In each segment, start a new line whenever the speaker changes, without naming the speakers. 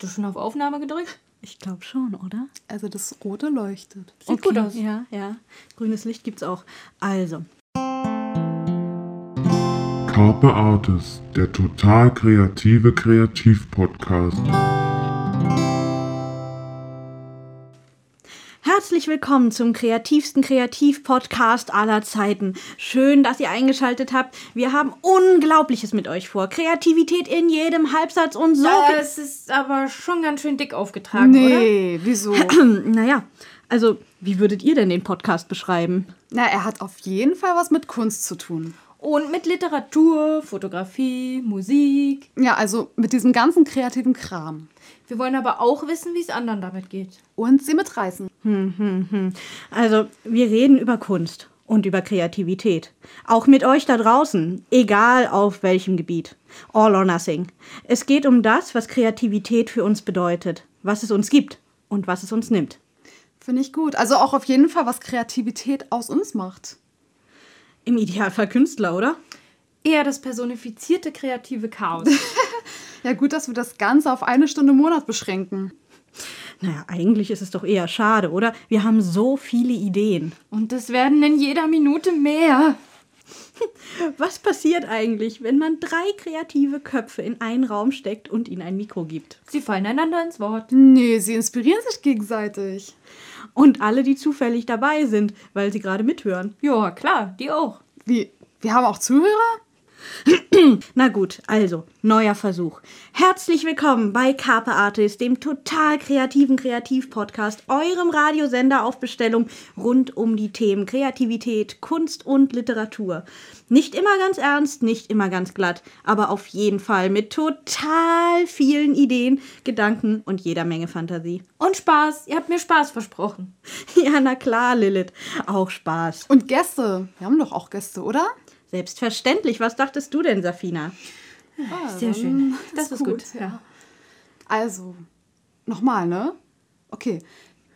du schon auf Aufnahme gedrückt?
Ich glaube schon, oder?
Also das Rote leuchtet.
Sieht gut aus.
Ja, ja. Grünes Licht gibt's auch. Also,
Carpe Artis, der total kreative Kreativ-Podcast.
herzlich willkommen zum kreativsten Kreativ-Podcast aller Zeiten. Schön, dass ihr eingeschaltet habt. Wir haben Unglaubliches mit euch vor. Kreativität in jedem Halbsatz und so. viel-
Das ist aber schon ganz schön dick aufgetragen, oder?
Nee, wieso?
Hm, naja, also, wie würdet ihr denn den Podcast beschreiben?
Na, er hat auf jeden Fall was mit Kunst zu tun.
Und mit Literatur, Fotografie, Musik.
Ja, also mit diesem ganzen kreativen Kram.
Wir wollen aber auch wissen, wie es anderen damit geht.
Und sie mitreißen.
Also, wir reden über Kunst und über Kreativität. Auch mit euch da draußen, egal auf welchem Gebiet. All or nothing. Es geht um das, was Kreativität für uns bedeutet, was es uns gibt und was es uns nimmt.
Finde ich gut. Also auch auf jeden Fall, was Kreativität aus uns macht.
Im Idealfall Künstler, oder?
Eher das personifizierte kreative Chaos.
Ja, gut, dass wir das Ganze auf eine Stunde im Monat beschränken.
Naja, eigentlich ist es doch eher schade, oder? Wir haben so viele Ideen.
Und es werden in jeder Minute mehr.
Was passiert eigentlich, wenn man drei kreative Köpfe in einen Raum steckt und ihnen ein Mikro gibt?
Sie fallen einander ins Wort.
Nee, sie inspirieren sich gegenseitig.
Und alle, die zufällig dabei sind, weil sie gerade mithören.
Ja, klar, die auch.
Wie? Wir haben auch Zuhörer?
Na gut, also, neuer Versuch. Herzlich willkommen bei Carpe Artist, dem total kreativen Kreativ-Podcast, eurem Radiosender auf Bestellung rund um die Themen Kreativität, Kunst und Literatur. Nicht immer ganz ernst, nicht immer ganz glatt, aber auf jeden Fall mit total vielen Ideen, Gedanken und jeder Menge Fantasie.
Und Spaß. Ihr habt mir Spaß versprochen.
Ja, na klar, Lilith, auch Spaß.
Und Gäste. Wir haben doch auch Gäste, oder?
Selbstverständlich, was dachtest du denn, Safina?
Sehr schön. Mm, Das
das
ist,
Ah, ist
gut.
gut,
Ja.
Also, nochmal, ne? Okay.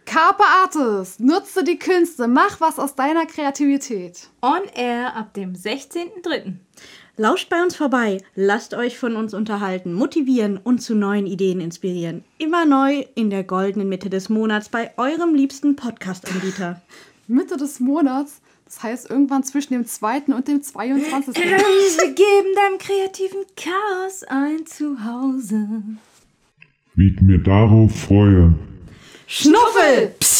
Carpe Artis, nutze die Künste, mach was aus deiner Kreativität.
On Air ab dem 16.03.
Lauscht bei uns vorbei, lasst euch von uns unterhalten, motivieren und zu neuen Ideen inspirieren. Immer neu in der goldenen Mitte des Monats bei eurem liebsten Podcast-Anbieter.
Mitte des Monats, das heißt irgendwann zwischen dem 2. und dem 22.
Wir geben deinem kreativen Chaos ein Zuhause.
Wie ich mir darauf freue.
Schnuffel! Psst.